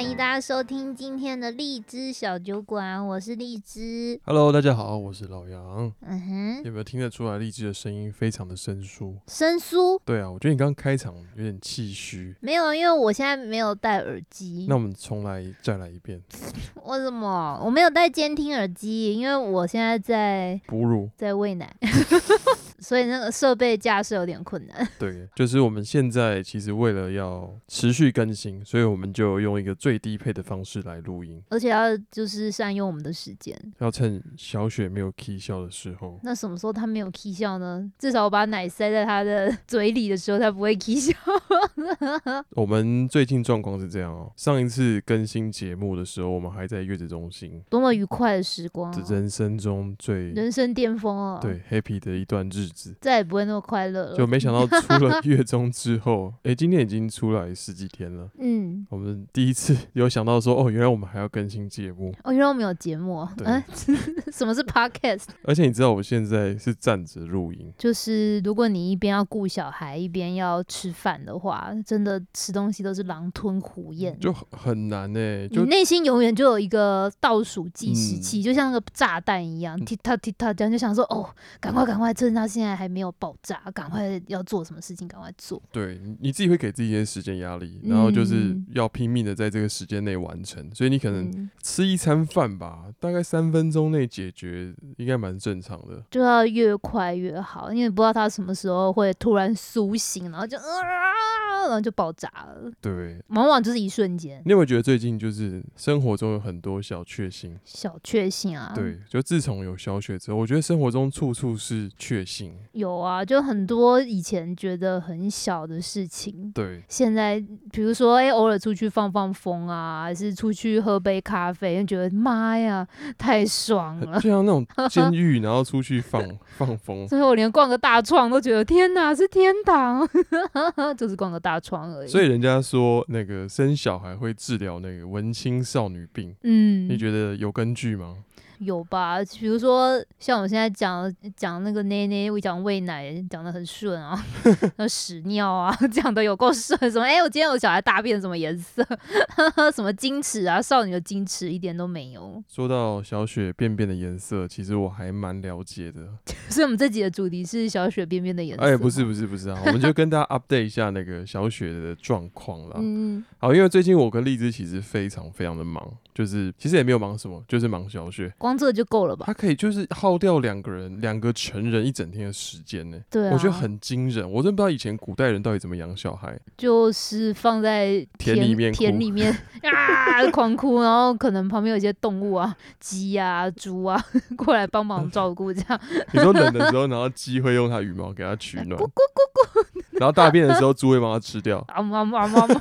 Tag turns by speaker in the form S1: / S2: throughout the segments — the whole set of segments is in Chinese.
S1: 迎大家收听今天的荔枝小酒馆，我是荔枝。
S2: Hello，大家好，我是老杨。
S1: 嗯哼，
S2: 有没有听得出来荔枝的声音非常的生疏？
S1: 生疏
S2: 对啊，我觉得你刚刚开场有点气虚。
S1: 没有，因为我现在没有戴耳机
S2: 那。我们重来，再来一遍。
S1: 为什么我没有戴监听耳机？因为我现在在
S2: 哺乳，
S1: 在喂奶， 所以那个设备架设有点困难。
S2: 对，就是我们现在其实为了要持续更新，所以我们就用一个最低配的方式来录音，
S1: 而且要就是善用我们的时间。
S2: 要趁小雪没有 K 笑的时候。
S1: 那什么时候他没有 k 笑呢？至少我把奶塞在他的 嘴里的时候，他不会 k 笑。
S2: 我们最近状况是这样哦，上一次更新节目的时候，我们还在月子中心，
S1: 多么愉快的时光、
S2: 这
S1: 啊，
S2: 人生中最
S1: 人生巅峰哦、啊！，
S2: 对 happy 的一段日子。
S1: 再也不会那么快乐了。
S2: 就没想到出了月中之后， 诶，今天已经出来十几天了。
S1: 嗯，
S2: 我们第一次有想到说，哦，原来我们还要更新节目，
S1: 哦，原来我们有节目哦。
S2: 对
S1: 哎， 什么是 podcast？
S2: 而且你知道我现在是站着录音，
S1: 就是如果你一边要顾小孩，一边要吃饭的话，真的吃东西都是狼吞虎咽。
S2: 嗯就很很难呢、
S1: 你
S2: 就
S1: 内心永远就有一个倒数计时器，
S2: 嗯
S1: 就像那个炸弹一样，踢踏踢踏，这样就想说，哦，赶快赶快，趁他现在还没有爆炸，赶快要做什么事情，赶快做。
S2: 对你你自己会给自己一些时间压力，然后就是
S1: 嗯
S2: 要拼命的在这个时间内完成，所以你可能
S1: 嗯，
S2: 吃一餐饭吧，大概三分钟内解决，应该蛮正常的。
S1: 就要越快越好，因为不知道他什么时候会突然苏醒，然后就啊，然后就爆炸了，
S2: 对，
S1: 往往就是一瞬间。
S2: 你有没有觉得最近就是生活中有很多小确幸？
S1: 小确幸啊，
S2: 对，就自从有小雪之后，我觉得生活中处处是确幸。
S1: 有啊，就很多以前觉得很小的事情，
S2: 对，
S1: 现在比如说，哎、偶尔出去放放风啊，还是出去喝杯咖啡，就觉得妈呀，太爽
S2: 很
S1: 了。
S2: 就像那种 监狱，然后出去放放风，
S1: 最后连逛个大创都觉得天哪，是天堂， 就是逛个大创而已。
S2: 所以，人家说那个生小孩会治疗那个文青少女病，
S1: 嗯，
S2: 你觉得有根据吗？
S1: 有吧？比如说像我现在讲讲那个奶奶，我讲喂奶讲的很顺啊， 那屎尿啊 讲的有够顺，什么哎、我今天我小孩大便什么颜色， 什么矜持啊，少女的矜持一点都没有。
S2: 说到小雪便便的颜色，其实我还蛮了解的。
S1: 所以我们这集的主题是小雪便便的颜色。
S2: 哎，不是，不是不是啊，我们 就跟大家 update 一下那个小雪的状况啦。
S1: 嗯，
S2: 好，因为最近我跟荔枝其实非常非常的忙，就是其实也没有忙什么，就是忙小雪。
S1: 光这就够了吧？
S2: 他可以就是耗掉两个人、两个成人一整天的时间呢、
S1: 对啊，
S2: 我觉得很惊人。我真不知道以前古代人到底怎么养小孩。
S1: 就是放在
S2: 田里面哭
S1: 田里 面啊狂哭，然后可能旁边有一些动物啊，鸡啊、猪啊 过来帮忙照顾这样。
S2: 你说冷的时候，然后鸡会用它羽毛给它取 暖，咕咕咕咕。然后大便的时候，猪会帮它吃掉。
S1: 啊妈妈妈妈，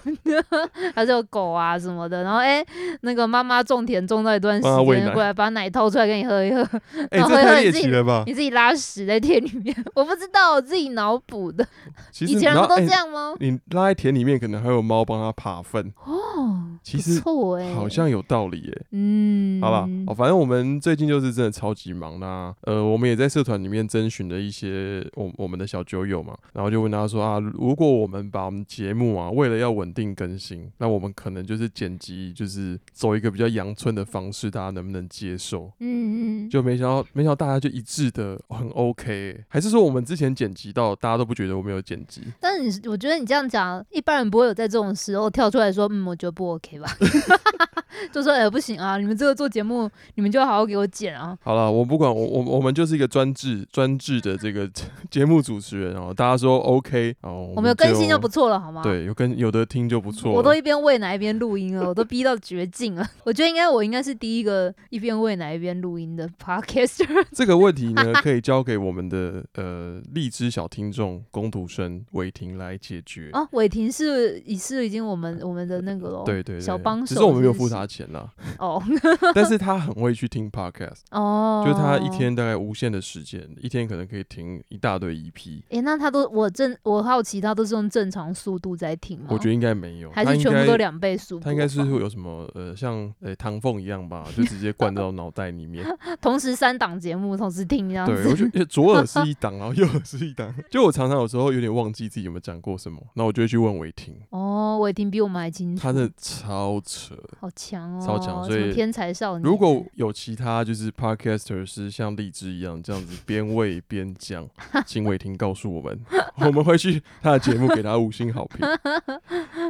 S1: 还是有狗啊什么的。然后哎、那个妈妈种田种到一段时
S2: 帮它喂
S1: 间，
S2: 奶
S1: 过来把奶掏出来给你喝一喝，
S2: 哎、
S1: 然后
S2: 这
S1: 会
S2: 太
S1: 让你
S2: 猎
S1: 自己
S2: 奇了吧？
S1: 你自己拉屎在田里面。我不知道，我自己脑补的。
S2: 其实
S1: 以
S2: 你
S1: 前人不
S2: 要
S1: 都
S2: 哎
S1: 这样吗？
S2: 你拉在田里面，可能还有猫帮它扒粪，
S1: 哦，
S2: 其实
S1: 不错哎、
S2: 好像有道理耶、
S1: 嗯，
S2: 好啦，哦，反正我们最近就是真的超级忙啦。呃，我们也在社团里面征询了一些我我们的小酒友嘛，然后就问他说啊，如果我们把我们节目啊，为了要稳定更新，那我们可能就是剪辑，就是走一个比较阳春的方式，大家能不能接受？
S1: 嗯嗯，
S2: 就没想到，没想到大家就一致的、哦很 OK，欸还是说我们之前剪辑到大家都不觉得我们有剪辑？
S1: 但是你我觉得你这样讲，一般人不会有在这种时候跳出来说，嗯，我觉得不 OK 吧。就说哎、不行啊！你们这个做节目，你们就好好给我剪啊！
S2: 好了，我不管，我我我们就是一个专制专制的这个 节目主持人哦，大家说 OK 哦，
S1: 我们有更新就
S2: 就
S1: 不错了，好吗？
S2: 对，有跟有的听就不错了。
S1: 我都一边喂奶一边录音了，我都逼到绝境 了。我觉得应该我应该是第一个一边喂奶一边录音的 podcaster。
S2: 这个问 题呢，可以交给我们的呃荔枝小听众工读生伟霆来解决。
S1: 哦，伟霆是已是已经我们我们的那个咯，
S2: 对对对，
S1: 小帮手
S2: 只是我们没有
S1: 是不
S2: 付
S1: 是
S2: 他钱啦，
S1: 哦
S2: 但是他很会去听 podcast，
S1: 哦，
S2: 就是他一。天大概无限的时间，一天可能可以听一大堆 E EP。
S1: 诶，那他都我正我好奇他都是用正常速度在听吗？
S2: 我觉得应该没有，
S1: 哦还
S2: 他
S1: 是
S2: 应
S1: 全部
S2: 该
S1: 都两倍速播放，
S2: 他应该是会有什么呃，像呃唐凤一样吧，就直接灌到脑袋 里面。
S1: 同时三档节目同时听这样
S2: 对，
S1: 子
S2: 我。觉得左耳是一档，然后 右耳是一档。就我常常有时候有点忘记自己有没有讲过什么，那我就会去问伟霆，
S1: 哦，伟霆比我们还清楚，
S2: 他真的超扯。
S1: 好强哦，
S2: 超强所
S1: 什么
S2: 以
S1: 天才少年。
S2: 如果有其他就是 podcaster 是像荔枝一样这样子边喂边讲，请伟霆告诉我们， 我们会去他的节目给他五星好评。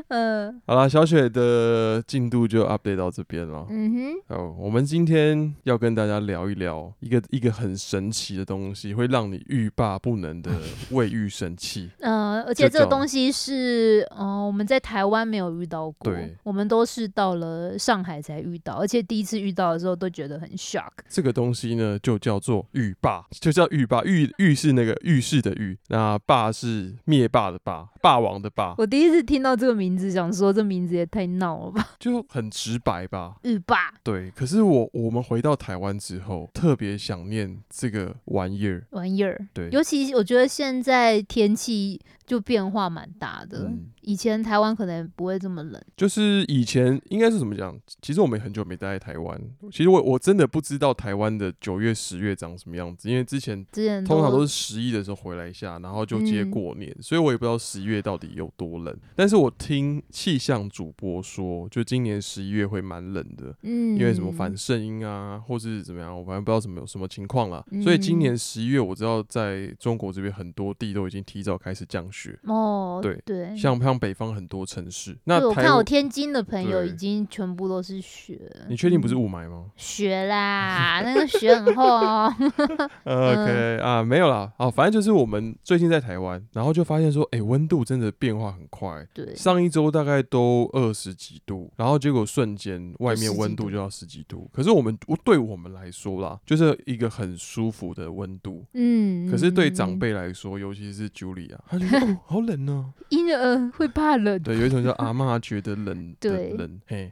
S1: 嗯
S2: 好啦，小雪的进度就 update 到这边了。
S1: 嗯哼，
S2: 哦，我们今天要跟大家聊一聊一个一个很神奇的东西，会让你欲罢不能的 卫浴神器。
S1: 呃，而
S2: 就
S1: 且这个
S2: 叫
S1: 东西是，呃，我们在台湾没有遇到过
S2: 对，
S1: 我们都是到了上海才遇到，而且第一次遇到的时候都觉得很 shock。
S2: 这个东西呢，就叫做浴霸，就叫浴霸。浴浴是那个浴室的浴，那霸是灭霸的霸，霸王的霸，
S1: 我第一次听到这个名字，想说这名字也太闹了吧，
S2: 就很直白吧。
S1: 浴霸
S2: 对，可是我我们回到台湾之后，特别想念这个玩意儿。
S1: 玩意儿。
S2: 对，
S1: 尤其我觉得现在天气就变化蛮大的，
S2: 嗯
S1: 以前台湾可能不会这么冷。
S2: 就是以前应该是怎么讲？其实我们也很久没待在台湾，其实我我真的不知道台湾的九月、十月长什么样子，因为之前
S1: 之前
S2: 通常都
S1: 都
S2: 是十一的时候回来一下，然后就接
S1: 嗯
S2: 过年，所以我也不知道十一月到底有多冷。但是我听气象主播说，就今年十一月会蛮冷的，
S1: 嗯，
S2: 因为什么反圣音啊，或是怎么样，我反正不知道什么有什么情况啦。所以今
S1: 嗯
S2: 年十一月，我知道在中国这边很多地都已经提早开始降雪，
S1: 哦，
S2: 对
S1: 对，
S2: 像像北方很多城市。
S1: 对
S2: 那
S1: 我
S2: 台
S1: 看我
S2: 湾，
S1: 天津的朋友已
S2: 对
S1: 经全部都是雪，
S2: 你确定不是
S1: 嗯
S2: 雾霾吗
S1: 雪啦？ 那个雪很厚哦。嗯
S2: ？OK 啊，没有啦，啊，反正就是我们最近在台湾，然后就发现说，哎，温度真的变化很快。
S1: 对，
S2: 上一周大概都二十几度，然后结果瞬间外面
S1: 10
S2: 温
S1: 几
S2: 度
S1: 度
S2: 就要十几度。可是我们对我们来说啦，就是一个很舒服的温度。
S1: 嗯，
S2: 可是对长
S1: 嗯，
S2: 辈来说，尤其是 Julia，她 就说哦好冷呢、
S1: 婴儿会怕冷。
S2: 对，有一种叫阿嬷觉得冷的
S1: 对
S2: 冷， 嘿，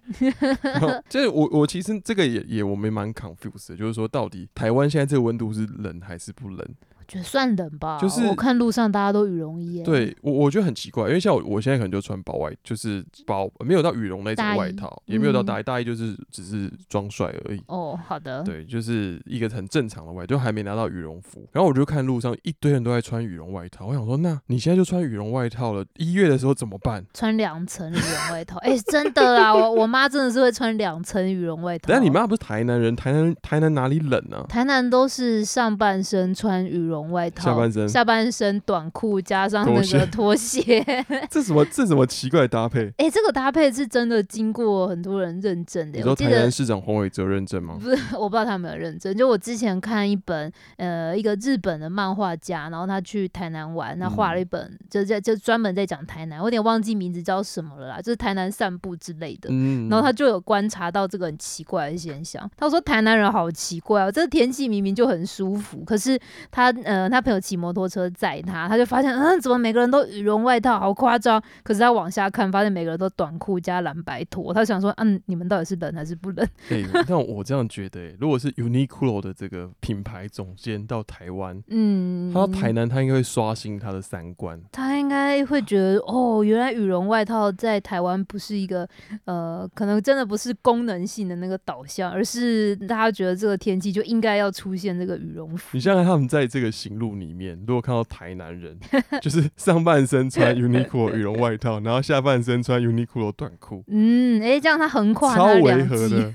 S2: 然后这我我其实这个也也我们蛮 confused 的，就是说到底台湾现在这个温度是冷还是不冷？
S1: 我觉得算冷吧，
S2: 就是
S1: 我看路上大家都羽绒衣耶，，
S2: 对我我觉得很奇怪，因为像我我现在可能就穿薄外，就是薄没有到羽绒那种
S1: 大
S2: 外
S1: 衣
S2: 套，也没有到
S1: 嗯
S2: 大衣，大衣就是只是装帅而已。
S1: 哦，好的，
S2: 对，就是一个很正常的外，就还没拿到羽绒服。然后我就看路上一堆人都在穿羽绒外套，我想说，那你现在就穿羽绒外套了，一月的时候怎么办？
S1: 穿两层羽绒外套， 哎、真的啦，我我妈真的是会穿两层羽绒外套。
S2: 但你妈不是台南人，台南台南哪里冷啊？
S1: 台南都是上半身穿羽绒外套，
S2: 下半身
S1: 下半身短裤加上
S2: 拖
S1: 那
S2: 鞋
S1: 个拖鞋。
S2: 这什么这什么奇怪的搭配？
S1: 哎、这个搭配是真的经过很多人认证的
S2: 你
S1: 耶。
S2: 说
S1: 我记
S2: 台
S1: 得
S2: 南市长黄伟哲认证吗？
S1: 不是，我不知道他有没有认证。就我之前看一本呃一个日本的漫画家，然后他去台南玩，他画了
S2: 嗯
S1: 一本，就就就专门在讲台南，我有点忘记名字叫什么了啦，就是台南散步之类的。
S2: 嗯
S1: 然后他就有观察到这个很奇怪的现象。他说台南人好奇怪哦，这天气明明就很舒服，可是他呃他朋友骑摩托车载他，他就发现嗯、怎么每个人都羽绒外套，好夸张。可是他往下看，发现每个人都短裤加蓝白拖。他想说嗯、你们到底是冷还是不冷？
S2: 哎、但我这样觉得、欸，如果是 Uniqlo 的这个品牌总监到台湾，
S1: 嗯，
S2: 他到台南，他应该会刷新他的三观。
S1: 他应该会觉得哦，原来羽绒外套在台湾不是一个呃，可能真的不是功能性的那个导向，而是大家觉得这个天气就应该要出现这个羽绒服。
S2: 你想想，他们在这个行路里面，如果看到台南人， 就是上半 身穿 Uniqlo 羽绒外套，然后下半身穿 Uniqlo 短裤，
S1: 嗯，诶，这样他横跨
S2: 超
S1: 他
S2: 违
S1: 两
S2: 和
S1: 季，
S2: 的。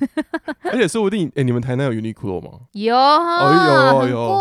S2: 而且说不定，哎、你们台南有 Uniqlo 吗？
S1: 有，啊
S2: 有
S1: 很
S2: 有
S1: 过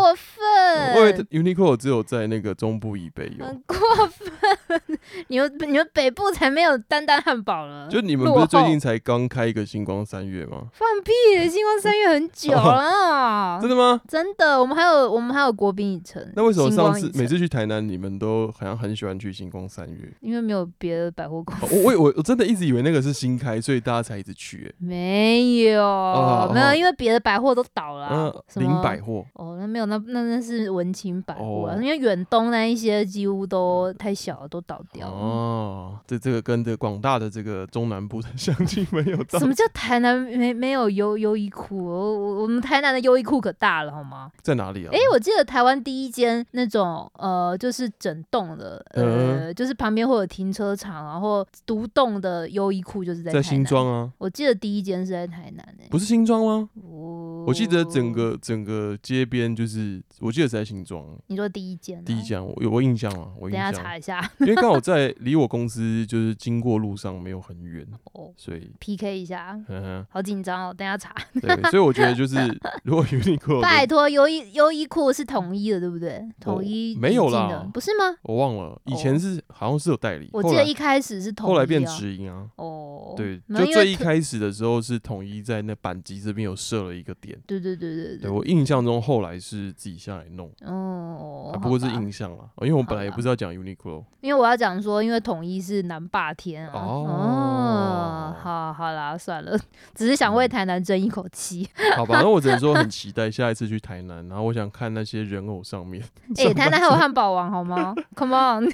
S2: 哎我以为
S1: 分，
S2: Uniqlo 只有在那个中部以北有。
S1: 很过分，你们你们北部才没有丹丹汉堡了，
S2: 就你们不是最近才刚开一个星光三月吗？
S1: 放屁，星光三月很久了，
S2: 哦真的吗？
S1: 真的，我们还有我们还有国宾影城，
S2: 那为什么
S1: 星
S2: 上
S1: 光
S2: 次
S1: 影城
S2: 每次去台南，你们都好像很喜欢去星光三月？
S1: 因为没有别的百货公司。
S2: 哦我我我真的一直以为那个是新开，所以大家才一直去、欸。
S1: 没有，
S2: 哦
S1: 没
S2: 哦
S1: 有，因为别的百货都倒了、啊
S2: 嗯，，
S1: 什
S2: 零
S1: 么
S2: 百货
S1: 哦，那没有，那那那是文青百货、啊，
S2: 哦
S1: 因为远东那一些几乎都太小了，都倒掉了。
S2: 哦，这这个跟这广大的这个中南部的 乡亲们有到
S1: 什么叫台南没没有优优衣库？我我我们台南的优衣库可大了好吗？
S2: 在哪里啊？
S1: 诶，我记得台湾湾第一间那种呃，就是整栋的，
S2: 嗯
S1: 呃，就是旁边会有停车场，然后独栋的优衣库就是在
S2: 在
S1: 台
S2: 新
S1: 南
S2: 庄。啊，
S1: 我记得第一间是在台南欸诶、
S2: 不是新庄吗？
S1: 我
S2: 我记得整
S1: 哦
S2: 个整个街边就是，我记得是在新庄
S1: 你说第一间、啊，
S2: 第一，家，我有我印象啊，我
S1: 等一
S2: 印
S1: 下
S2: 象，
S1: 查一下
S2: 因为刚好在离我公司就是经过路上没有很远，
S1: 哦
S2: 所以。
S1: ，PK 一下，
S2: 呵呵，
S1: 好紧张哦，等一下查。
S2: 对，所以我觉 得就是，如果 Uniqlo
S1: 拜
S2: 的，
S1: 托，优衣优衣库是统一的，对不对？统一
S2: 哦没有
S1: 引进
S2: 啦
S1: 的不是吗？
S2: 我忘了，以前是好像是有代理，
S1: 哦我
S2: 后
S1: 记得
S2: 来
S1: 一开始是统一、啊，
S2: 后来变直营啊，
S1: 哦，
S2: 对，
S1: 没
S2: 就
S1: 有因为
S2: 最一
S1: 特
S2: 开始的时候是统一在那板机这边有设了一个点，
S1: 对对对对
S2: 对我印象中后来是自己下来弄，
S1: 哦、
S2: 啊、不过是
S1: 好吧
S2: 印象啦，哦因为我
S1: 好
S2: 本来也
S1: 吧
S2: 不是要讲 Uniqlo，
S1: 因为我要讲说，因为统一是南霸天啊。
S2: 哦
S1: 哦好好啦，算了，只是想
S2: 嗯
S1: 为台南争一口气。
S2: 好吧，那我只能说很期待下一次去台南，然后我想看那些人偶上面，
S1: 哎、台南还有汉堡王好吗？Come on，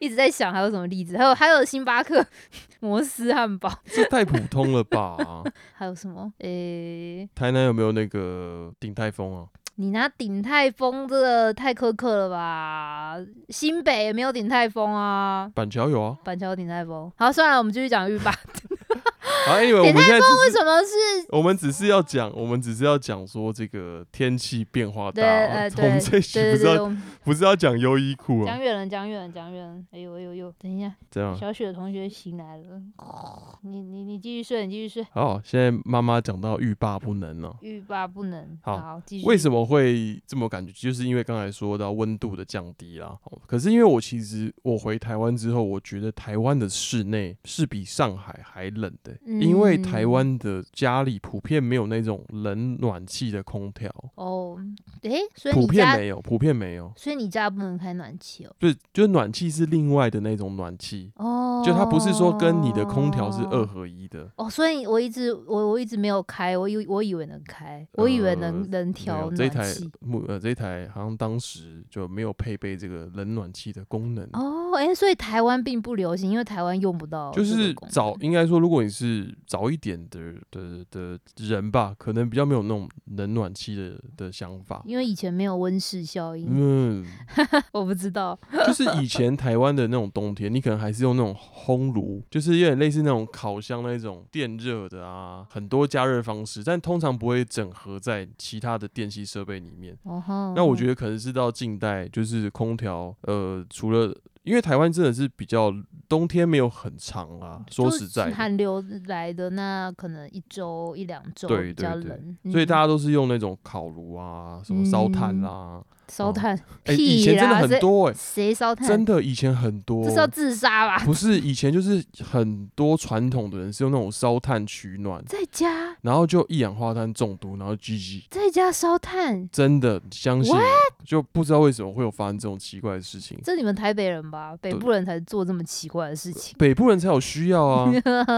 S1: 一直在想还有什么例子，还有还有星巴克、摩斯汉堡，
S2: 这太普通了吧？
S1: 还有什么？诶、
S2: 台南有没有那个鼎泰丰啊？
S1: 你拿鼎泰丰这个太苛刻了吧？新北也没有鼎泰丰啊，
S2: 板桥有啊，
S1: 板桥有鼎泰丰。好，算了，我们继续讲玉吧。
S2: 好，Anyway，我
S1: 鼎
S2: 们现在只
S1: 为
S2: 是
S1: 什么是
S2: 我们只是要讲，我们只是要讲说这个天气变化大
S1: 对，
S2: 啊，
S1: 呃，
S2: 我
S1: 对，
S2: 们这一
S1: 对
S2: 期
S1: 对
S2: 不是
S1: 对，
S2: 要
S1: 我们
S2: 不是要讲优衣库
S1: 讲
S2: 啊，
S1: 远了，讲远了，讲远了。哎呦哎呦哎呦，等一下，
S2: 这样。
S1: 小雪的同学醒来了。你你你继续睡，你继续睡。
S2: 好，现在妈妈讲到欲罢不能了、
S1: 欲罢不能。
S2: 好
S1: 好，继续。
S2: 为什么会这么感觉？就是因为刚才说到温度的降低啦。哦可是因为我其实我回台湾之后，我觉得台湾的室内是比上海还冷的、
S1: 嗯
S2: 因为台湾的家里普遍没有那种冷暖气的空调，
S1: 哦，哎、所以
S2: 普
S1: 你
S2: 遍
S1: 家，
S2: 没有，普遍没有。
S1: 所以你家不能开暖气哦。
S2: 对，就是暖气是另外的那种暖气，
S1: 哦，
S2: 就它不是说跟你的空调是二。合一的。
S1: 哦，所以我一直我我一直没有开，我以我以为能开，我以为能、
S2: 呃
S1: 能
S2: 没
S1: 调
S2: 有，这一
S1: 暖
S2: 台
S1: 气。
S2: 目呃这一台好像当时就没有配备这个冷暖气的功能。
S1: 哦，哎、所以台湾并不流行，因为台湾用不到这
S2: 就
S1: 个功能。
S2: 是早，应该说，如果你是早一点的的的人吧，可能比较没有那种冷暖气的的想法。
S1: 因为以前没有温室效应，
S2: 嗯，
S1: 我不知道。
S2: 就是以前台湾的那种冬天，你可能还是用那种烘炉，就是有点类似那种烤箱那种电热的啊，很多加热方式，但通常不会整合在其他的电器设备里面。
S1: 哦吼，
S2: 那我
S1: 得。
S2: 觉得可能是到近代，就是空调，呃，除了因为台湾真的是比较冬天没有很长啊，说
S1: 就
S2: 实在
S1: 是
S2: 的，
S1: 寒流来的那可能一周一两周
S2: 对
S1: 比较
S2: 对对
S1: 冷，嗯
S2: 所以大
S1: 家
S2: 家都是用那种烤炉啊，什么烧炭啦、
S1: 烧
S2: 哦
S1: 炭、
S2: 哎、以
S1: 嗯屁
S2: 前真的
S1: 啦，
S2: 很
S1: 谁
S2: 多哎、
S1: 谁烧炭？
S2: 真的以前很多哦
S1: 这。是要自杀吧？
S2: 不是以前就是很多传统的人是用那种烧炭取暖，
S1: 在家
S2: 然后就一氧化碳中毒，然后 GG。
S1: 在家烧炭，
S2: 真的相信我就不知道为什么会有发生这种奇怪的事情。
S1: 这你们台北人吧，北
S2: 对
S1: 部人才做这么奇怪的事情。
S2: 北部人才有需 要啊！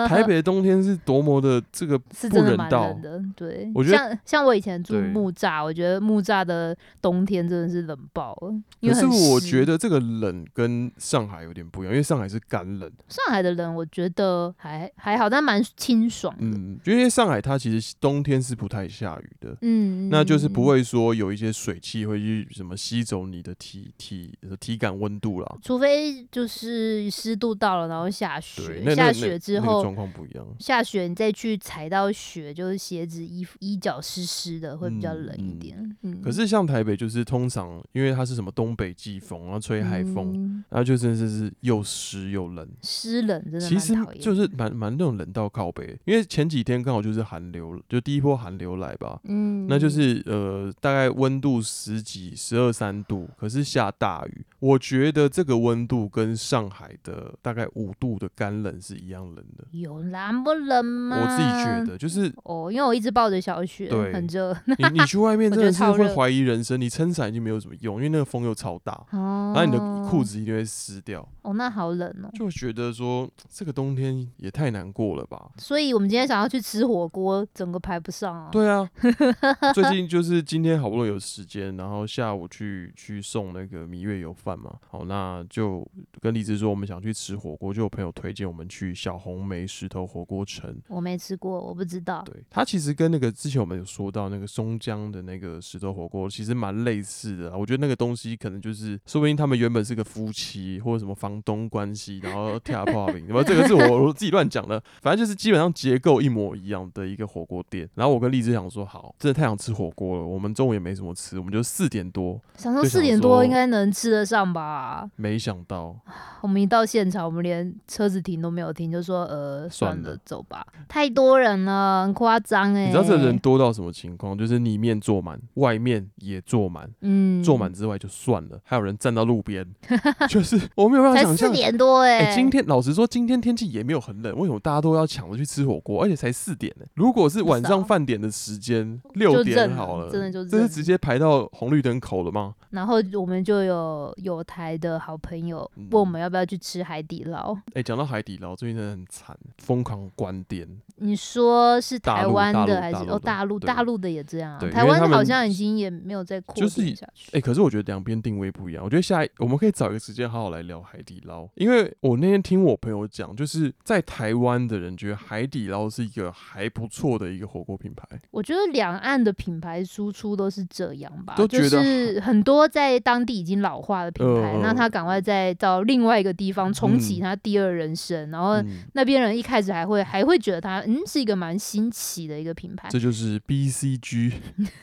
S2: 台北的冬天是多么的这个
S1: 是
S2: 不
S1: 真的
S2: 人
S1: 蛮
S2: 道
S1: 冷，的，对。
S2: 我觉得
S1: 像像我以前住
S2: 对
S1: 木栅，我觉得木栅的冬天真的是冷爆了，因为
S2: 可是
S1: 很
S2: 我
S1: 湿
S2: 觉得这个冷跟上海有点不一样，因为上海是干冷，
S1: 上海的人我觉得还还好，但蛮清爽的。
S2: 嗯，就因为上海它其实冬天是不太下雨的，
S1: 嗯，
S2: 那就是
S1: 嗯。
S2: 不会说有一些水汽会去什么吸走你的体体体感温度啦。
S1: 除非就是湿度到了，然后下
S2: 对，
S1: 雪，
S2: 那那
S1: 下
S2: 那
S1: 雪
S2: 那
S1: 之
S2: 个
S1: 后，嗯
S2: 状况不一样。
S1: 下雪你再去踩到雪，就是鞋子、衣服、衣脚湿湿的，会比较冷一
S2: 嗯
S1: 点。嗯，
S2: 可是像台北就是通常因为它是什么东北季风，然后吹海风，
S1: 嗯
S2: 然后就真的是又湿又冷。
S1: 湿冷真的
S2: 其
S1: 蛮
S2: 实
S1: 讨厌
S2: 就
S1: 的。
S2: 是蛮蛮那种冷到靠北，因为前几天刚好就是寒流，就第一波寒流来吧，
S1: 嗯，
S2: 那就是呃大概温度十几、十二三度，可是下大雨。我觉得这个温度跟上海的大概五度的干冷是一样冷的，
S1: 有那么冷吗？
S2: 我自己 觉。得就是
S1: 哦，因为我一直抱着小雪，
S2: 对
S1: 很热。
S2: 你你去外面
S1: 我
S2: 真
S1: 觉得
S2: 的是
S1: 超
S2: 会
S1: 热
S2: 怀疑人生，你撑伞已经没有什么用，因为那个风又超大，
S1: 哦，
S2: 然后你的裤子一定会湿掉，
S1: 哦，那好冷哦。
S2: 就觉得说这个冬天也太难过了吧。
S1: 所以我们今天想要去吃火锅，整个排不上啊。，
S2: 对啊，最近就是今天好不容易有时间，然后下午去去送那个蜜月油饭嘛。好，那就跟荔枝说我们想去吃火锅，就有朋友推荐我们去小红梅石头火锅城。
S1: 我没吃过，我不知道。
S2: 对，它其实跟那个之前我们有说到那个松江的那个石头火锅其实蛮类似的啊。我觉得那个东西可能就是，说不定他们原本是个夫妻或者什么房东关系，然后跳泡饼， 什么这个是我我自己乱讲的，反正就是基本上结构一模一样的一个火锅店。然后我跟荔枝想说，好，真的太想吃火锅了，我们中午也没什么吃，我们就四点多，
S1: 想说
S2: 就
S1: 四
S2: 想
S1: 点多
S2: 说
S1: 应该能吃得上吧？
S2: 没想到
S1: 我们一到现场，我们连车子停都没有停，就说呃，
S2: 算
S1: 算
S2: 了
S1: 了，走吧。太多人了，很夸张哎。
S2: 你知道这人，多到什么情况？就是里面坐满，外面也坐满，
S1: 嗯，
S2: 坐满之外就算了，还有人站到路边， 就是我没有办法
S1: 才
S2: 想
S1: 四
S2: 象。
S1: 点多
S2: 哎、
S1: 哎、
S2: 今天老实说，今天天气也没有很冷，为什么大家都要抢着去吃火锅？而且才四点呢、如果是晚上
S1: 少
S2: 饭点的时间，六
S1: 就
S2: 点
S1: 认了
S2: 好了，
S1: 真的就
S2: 这是
S1: 认
S2: 直接排到红绿灯口了吗？
S1: 然后我们就有有台的好朋友
S2: 嗯
S1: 问我们要不要去吃海底捞。
S2: 哎、讲到海底捞，最近真的很惨，疯狂关店。
S1: 你说是
S2: 大
S1: 台
S2: 陆
S1: 湾
S2: 大陆
S1: 的还是
S2: 大陆
S1: 哦
S2: 的
S1: 大陆
S2: 对
S1: 大陆的也这样、啊
S2: 对，
S1: 台
S2: 因为他
S1: 湾
S2: 们
S1: 好像已经也没有再扩
S2: 就是
S1: 展下去。
S2: 哎、可是我觉得两边定位不一样。我觉得下一我们可以找一个时间好好来聊海底捞，因为我那天听我朋友讲，就是在台湾的人觉得海底捞是一个还不错的一个火锅品牌。
S1: 我觉得两岸的品牌输出都是这样吧，
S2: 都觉
S1: 就
S2: 得
S1: 是很多在当地已经老化的品牌，
S2: 嗯
S1: 那他赶快再到另外一个地方重启
S2: 嗯
S1: 他第二人生，然后
S2: 嗯，
S1: 那边人一开始还会还会觉得他嗯是一个蛮新奇的一个品牌。
S2: 这就是 BCG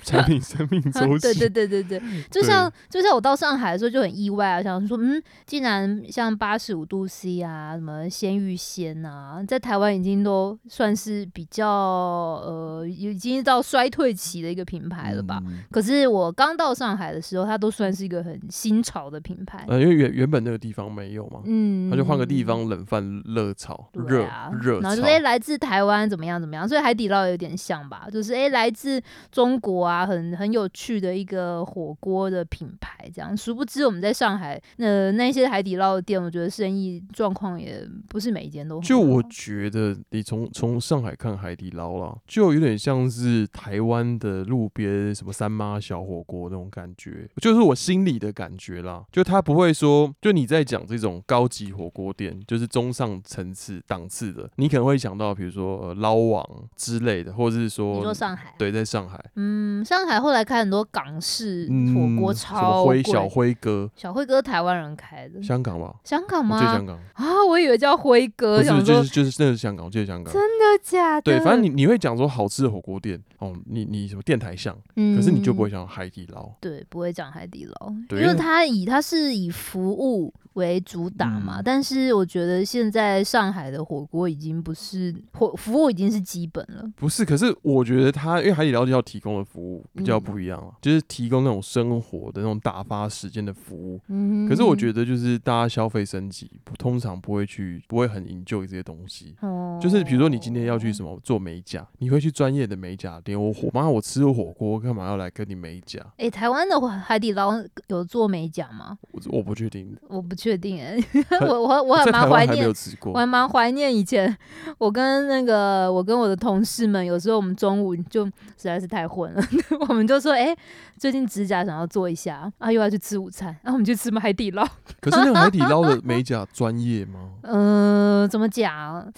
S2: 产品生命 周期。
S1: 对对对对对，就
S2: 对
S1: 像就像我到上海的时候就很意外啊，想说嗯，竟然像八十五度 C 啊，什么鲜芋仙啊，在台湾已经都算是比较呃已经到衰退期的一个品牌了吧。
S2: 嗯
S1: 可是我刚到上海的时候，它都算是一个很新潮的品牌。
S2: 呃，因为原原本那个地方没有嘛，
S1: 哎嗯，
S2: 他就换个地方冷饭热炒，
S1: 对
S2: 热
S1: 啊。
S2: 热
S1: 然后
S2: 炒
S1: 就是。哎、来自台湾怎么样怎么样，所以海底捞有点像吧，就是哎、来自中国啊，很很有趣的一个火锅的品牌这样。殊不知我们在上海，呃，那些海底捞的店，我觉得生意状况也不是每一间都很
S2: 就我
S1: 好啊
S2: 觉得，你从从上海看海底捞啦，就有点像是台湾的路边什么三妈小火锅那种感觉，就是我心里的感觉啦。就他不会说，就你在讲这种高级火锅店，就是中上层次档次的，你可能会想到，比如说呃捞王之类的，或者是说
S1: 你说上海，
S2: 对，在上海
S1: 嗯，上海后来开很多港式
S2: 嗯
S1: 火锅，
S2: 什么
S1: 超
S2: 辉
S1: 贵，
S2: 小辉哥，
S1: 小辉哥台湾人开的，
S2: 香港吧，
S1: 香港
S2: 我
S1: 吗？
S2: 记得香港，
S1: 啊，嗯我以为叫辉
S2: 不
S1: 哥，想
S2: 是
S1: 说
S2: 就是就是那是香港，我记得香港。
S1: 真的假的？
S2: 对，反正你你会讲说好吃的火锅店哦，你你什么电台巷，
S1: 你
S2: 可是你就
S1: 嗯
S2: 不会想到海底捞。
S1: 对不会讲海底捞，因
S2: 对因
S1: 为
S2: 为
S1: 它以它是以服务为主打嘛。
S2: 嗯
S1: 但是我觉得现在上海的火锅已经不是火服务已经是基本了，
S2: 不是，可是我觉得它因为海底捞要提供的服务比较
S1: 嗯
S2: 不一样啊，就是提供那种生活的那种打发时间的服务。
S1: 嗯。
S2: 可是我觉
S1: 得。
S2: 得就是大家消费升级，不通常不会去，不会很 enjoy 这些东西。
S1: 哦
S2: 就是比如说你今天要去什么做美甲，你会去专业的美甲店。我火妈，我吃火锅干嘛要来跟你美甲？
S1: 哎、台湾的海底捞有做美甲吗？
S2: 我我不确定，
S1: 我不确定 哎、
S2: 很
S1: 我我我
S2: 在
S1: 还
S2: 台
S1: 蛮
S2: 湾
S1: 怀
S2: 还没
S1: 念
S2: 有吃
S1: 我
S2: 过。
S1: 还蛮怀念以前，我跟那个我跟我的同事们，有时候我们中午就实在是太混了， 我们就说，哎、最近指甲想要做一下，啊，又要去吃午餐，然、后我们去吃麦地 捞。
S2: 可是那个海底捞 的美甲专业吗？
S1: 嗯、怎么讲？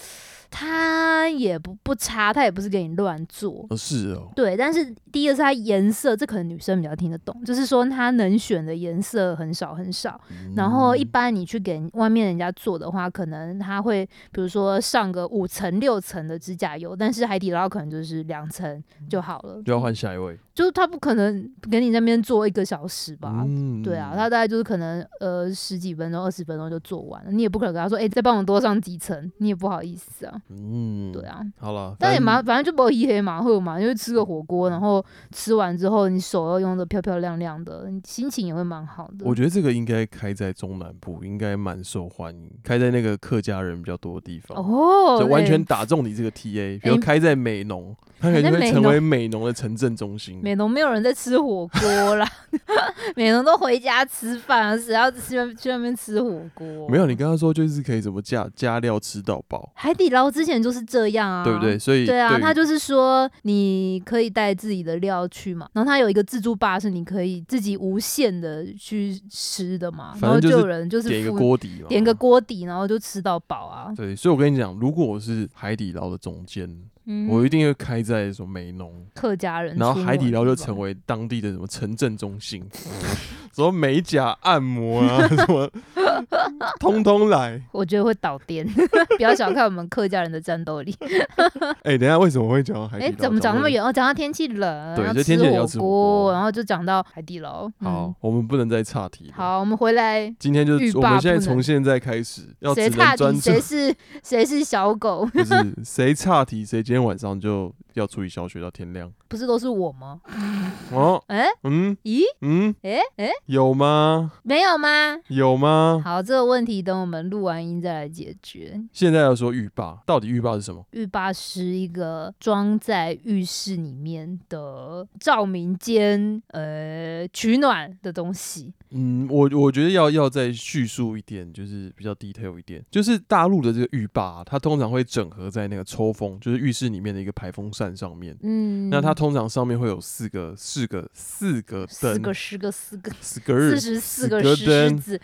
S1: 它也不不差，它也不是给你乱做。
S2: 哦，是哦，
S1: 对，但是第一个是它颜色，这可能女生比较听得懂，就是说它能选的颜色很少很少，然后一
S2: 嗯
S1: 般你去给人外面人家做的话，可能他会比如说上个五层六层的指甲油，但是海底捞可能就是两层就
S2: 嗯
S1: 好了，
S2: 就要换下一位。
S1: 就是他不可能给你那边做一个小时吧。
S2: 嗯
S1: 对啊，他大概就是可能呃十几分钟、二十分钟就做完了，你也不可能跟他说，哎、再帮我多上几层，你也不好意思啊。
S2: 嗯，
S1: 对，啊，
S2: 好了，
S1: 但也
S2: 反
S1: 蛮
S2: 正
S1: 反正就不会一黑马会嘛，就是吃个火锅，
S2: 嗯
S1: 然后吃完之后你手要用的漂漂亮亮的，你心情也会蛮好的。
S2: 我觉得这个应该开在中南部，应该蛮受欢迎，开在那个客家人比较多的地方。
S1: 哦，
S2: 就完
S1: 哎
S2: 全打中你这个 TA，比如
S1: 哎
S2: 开在美浓，它可
S1: 开在
S2: 能就会
S1: 美
S2: 成
S1: 浓
S2: 为美浓的城镇中心。
S1: 美农没有人在吃火锅啦， 美农都回家吃饭啊，谁要去去那边吃火锅？
S2: 没有，你刚刚说就是可以什么加加料吃到饱，
S1: 海底捞之前就是这样啊，
S2: 对不对？？所以
S1: 对啊，
S2: 于
S1: 他就是说你可以带自己的料去嘛，然后他有一个自助吧，是你可以自己无限的去吃的嘛，
S2: 反
S1: 然后
S2: 正就是
S1: 就有人就是
S2: 点一个
S1: 付
S2: 锅底嘛，
S1: 点个锅底，然后就吃到饱啊。
S2: 对，所以我跟你讲，如果我是海底捞的总监，
S1: 嗯
S2: 我一定会开在什么美浓，
S1: 客家人出没
S2: 然
S1: 的地方，
S2: 后海底捞就成为当地的什么城镇中心， 什么美甲按摩啊，什么通通来。
S1: 我觉得会倒颠， 不要小看我们客家人的战斗力。
S2: 哎、等一下为什么会讲到海底
S1: 哎、
S2: 捞？
S1: 怎么讲那么
S2: 到
S1: 远？哦，讲到天气冷，
S2: 对
S1: 然后
S2: 就天气冷要
S1: 火
S2: 吃火
S1: 锅，
S2: 锅
S1: 然后就讲到海底捞。
S2: 这么？好
S1: 嗯，，
S2: 我们不能再岔题。，
S1: 好，我们回来，
S2: 今天就
S1: 欲
S2: 是我
S1: 罢
S2: 们
S1: 不
S2: 现在
S1: 能
S2: 从现在开始要只
S1: 谁差
S2: 能专
S1: 题
S2: 注，
S1: 谁是谁是小狗？
S2: 不是谁岔题，谁今天晚上就要处理小雪到天亮。
S1: 不是都是我吗？
S2: 哦，
S1: 哎、
S2: 嗯
S1: 咦，
S2: 嗯，
S1: 哎、哎、
S2: 有吗？
S1: 没有吗？
S2: 有吗？
S1: 好，这个问题等我们录完音再来解决。
S2: 现在要说浴霸，到底浴霸是什么？
S1: 浴霸是一个装在浴室里面的照明间呃取暖的东西。
S2: 嗯，我我觉得要要再叙述一点，就是比较 detail 一点，就是大陆的这个浴霸啊、它通常会整合在那个抽风，就是浴室里面的一个排风扇上面。
S1: 嗯，
S2: 那它通常上面会有四个、四个、四个
S1: 四
S2: 灯
S1: 个、，十个、四个、
S2: 四个
S1: 四十
S2: 日、
S1: 四
S2: 四
S1: 个
S2: 个
S1: 石狮
S2: 灯
S1: 子，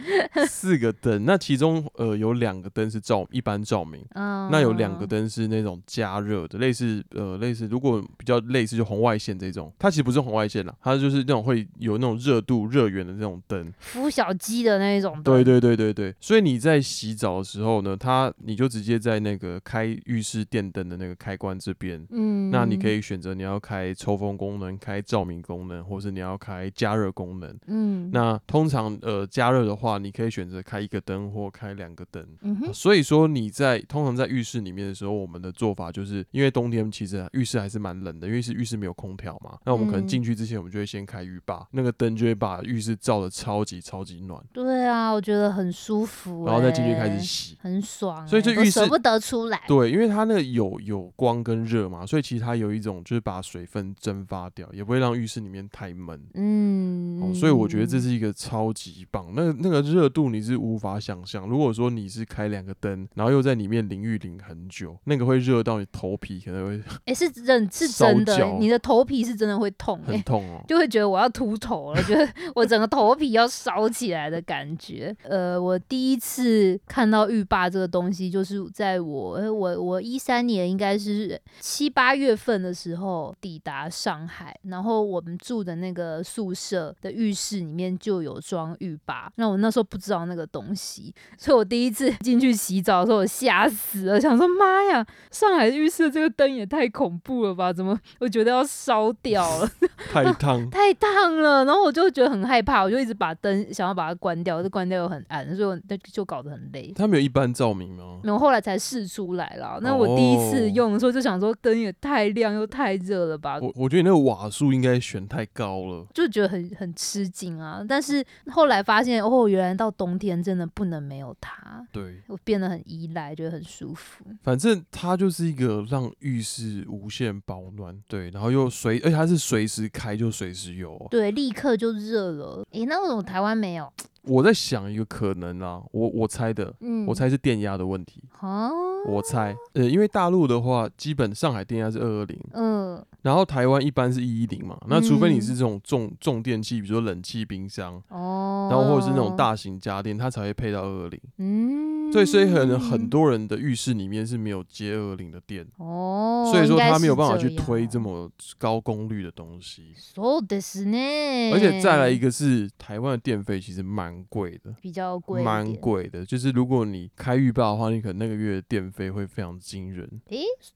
S2: 四个灯。那其中呃有两个灯是照一般照明，
S1: 嗯，
S2: 那有两个灯是那种加热的，类似呃类似，如果比较类似就红外线这种，它其实不是红外线啦，它就是那种会有那种热度热源的那种灯。
S1: 孵小鸡的那一种
S2: 对
S1: 灯，
S2: 对对对对，所以你在洗澡的时候呢，它你就直接在那个开浴室电灯的那个开关这边，
S1: 嗯，
S2: 那你可，以选择你要开抽风功能、开照明功能，或是你要开加热功能。
S1: 嗯，
S2: 那通常呃加热的话，你可以选择开一个灯或开两个灯。呃
S1: 嗯哼，
S2: 所以说你在通常在浴室里面的时候，我们的做法就是因为冬天其实啊浴室还是蛮冷的，因为是浴室没有空调嘛。那我们可能
S1: 嗯
S2: 进去之前，我们就会先开浴霸，那个灯就会把浴室照的超级超级暖，
S1: 对啊，我觉得很舒服、
S2: 然后再进去开始，洗。
S1: 很爽欸、
S2: 所以这
S1: 都
S2: 浴
S1: 舍
S2: 室
S1: 不得出来，
S2: 对，因为它那个有有光跟热嘛，所以其实它有一种就是把水分蒸发掉，也不会让浴室里面太闷。
S1: 嗯、
S2: 哦，所以我觉得这是一个超级棒，那那个热度你是无法想象。如果说你是开两个灯，然后又在里面淋浴淋很久，那个会热到你头皮可能会
S1: 哎、是真是
S2: 烧
S1: 真的欸、
S2: 焦
S1: 你的头皮是真的会痛、欸，
S2: 很痛哦。
S1: 就会觉得我要秃头了，觉得 我整个头皮要烧起来的感觉。呃，我第一次看到浴霸这个东西，就是在我呃我我一三年应该是七八月份的时候抵达上海，然后我们住的那个宿舍的浴室里面就有装浴霸。那我那时候不知道那个东西，所以我第一次进去洗澡的时候，我吓死了，想说妈呀，上海浴室的这个灯也太恐怖了吧？怎么我觉得要烧掉了？。
S2: 太烫
S1: 太烫了，然后我就觉得很害怕，我就一直把灯想要把它关掉，就关掉又很暗，所以我那就搞得很累。
S2: 它没有一般照明 吗？
S1: 然后后来才试出来了。那我第一次
S2: 哦
S1: 用的时候就想说，灯也太亮又太热了吧，
S2: 我我觉得你那个瓦数应该选太高了。
S1: 就觉得很很吃惊啊。但是后来发现，哦，原来到冬天真的不能没有它，
S2: 对，
S1: 我变得很依赖，觉得很舒服。
S2: 反正它就是一个让浴室无限保暖，对，然后又随，而且它是随时开就随时有哦、
S1: 对，立刻就热了。诶，那为什么台湾没有？
S2: 我在想一个可能啊，我我猜的，
S1: 嗯，
S2: 我猜是电压的问题。
S1: 啊，
S2: 我猜，呃，因为大陆的话，基本上海电压是二二零，
S1: 嗯
S2: 然后台湾一般是一一零嘛。那除非你
S1: 嗯
S2: 是这种重重电器，比如说冷气、冰箱，
S1: 哦，
S2: 然后或者是那种，大型家电，它才会配到二二零。
S1: 嗯，
S2: 所以，所以可能很多人的浴室里面是没有接二二零的电，
S1: 哦，
S2: 所以说
S1: 应该
S2: 它没有
S1: 是
S2: 办法
S1: 这
S2: 去推这
S1: 样。
S2: 么高功率的东西。
S1: そうですね。
S2: 而且再来一
S1: 个
S2: 个是台湾的电费其实蛮贵的。
S1: 比较贵一
S2: 蛮
S1: 点。
S2: 贵的，就是如果你开预报的话，你可能那个月的电费会非常惊人。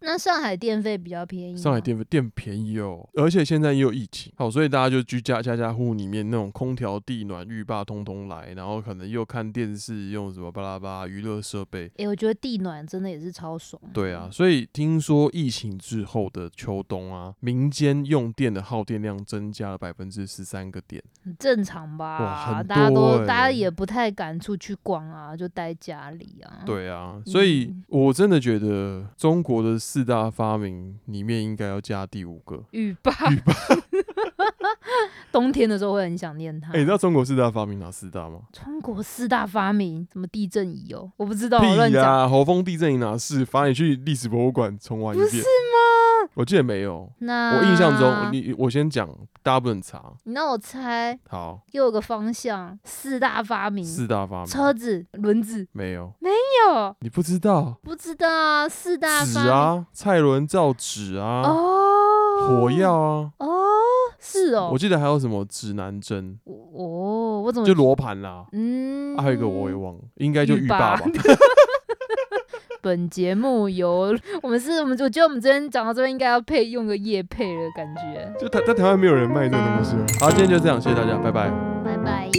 S1: 那上海电费比较便宜吗。
S2: 上海电费电便宜哦，而且现在也有疫情，好，所以大家就居家家家户户里面那种空调、地暖、浴霸通通来，然后可能又看电视，用什么巴拉巴拉娱乐设备。
S1: 诶，我觉得地暖真的也是超爽。
S2: 对啊，，所以听说疫情之后的秋冬啊，民间用电的耗电量增加了百分之十三个点。
S1: 很正常吧？
S2: 很
S1: 大家
S2: 多
S1: 都大家
S2: 欸
S1: 也不太敢出去逛啊，就待家里啊。，
S2: 对啊，所以
S1: 嗯
S2: 我真的觉得中国的四大发明里面应该要加第五个。
S1: 浴霸， 冬天的时候会很想念它。
S2: 哎、你知道中国四大发明哪四大吗？
S1: 中国四大发明，什么地震仪哦，我不知道，我乱
S2: 屁
S1: 讲。
S2: 呀、侯风地震你哪是？罚你去历史博物馆重玩一
S1: 不
S2: 遍
S1: 是。吗？啊
S2: 我记得没有。
S1: 那
S2: 我印象中，你我先讲，大家不能查。
S1: 你让我猜，
S2: 好，
S1: 给我个方向。四大发明：
S2: 四大发明
S1: 嗯车子、轮子。
S2: 没有，
S1: 哟，
S2: 你不知道
S1: 不知道啊，四大
S2: 纸
S1: 发明。
S2: 啊，蔡伦造纸啊，
S1: 哦，
S2: 火药啊，
S1: 哦，是哦
S2: 我，记得还有什么指南针，
S1: 哦，我怎么
S2: 就罗盘啦，
S1: 嗯、
S2: 啊还有一个我也忘了，应该就
S1: 浴
S2: 浴霸
S1: 霸
S2: 吧。
S1: 本节目由我们是我们，我觉得我们今天讲到这边应该要配用个夜配的感觉，
S2: 就台在台湾没有人卖这个东西啊。好，今天就这样，谢谢大家，拜拜。
S1: 拜拜。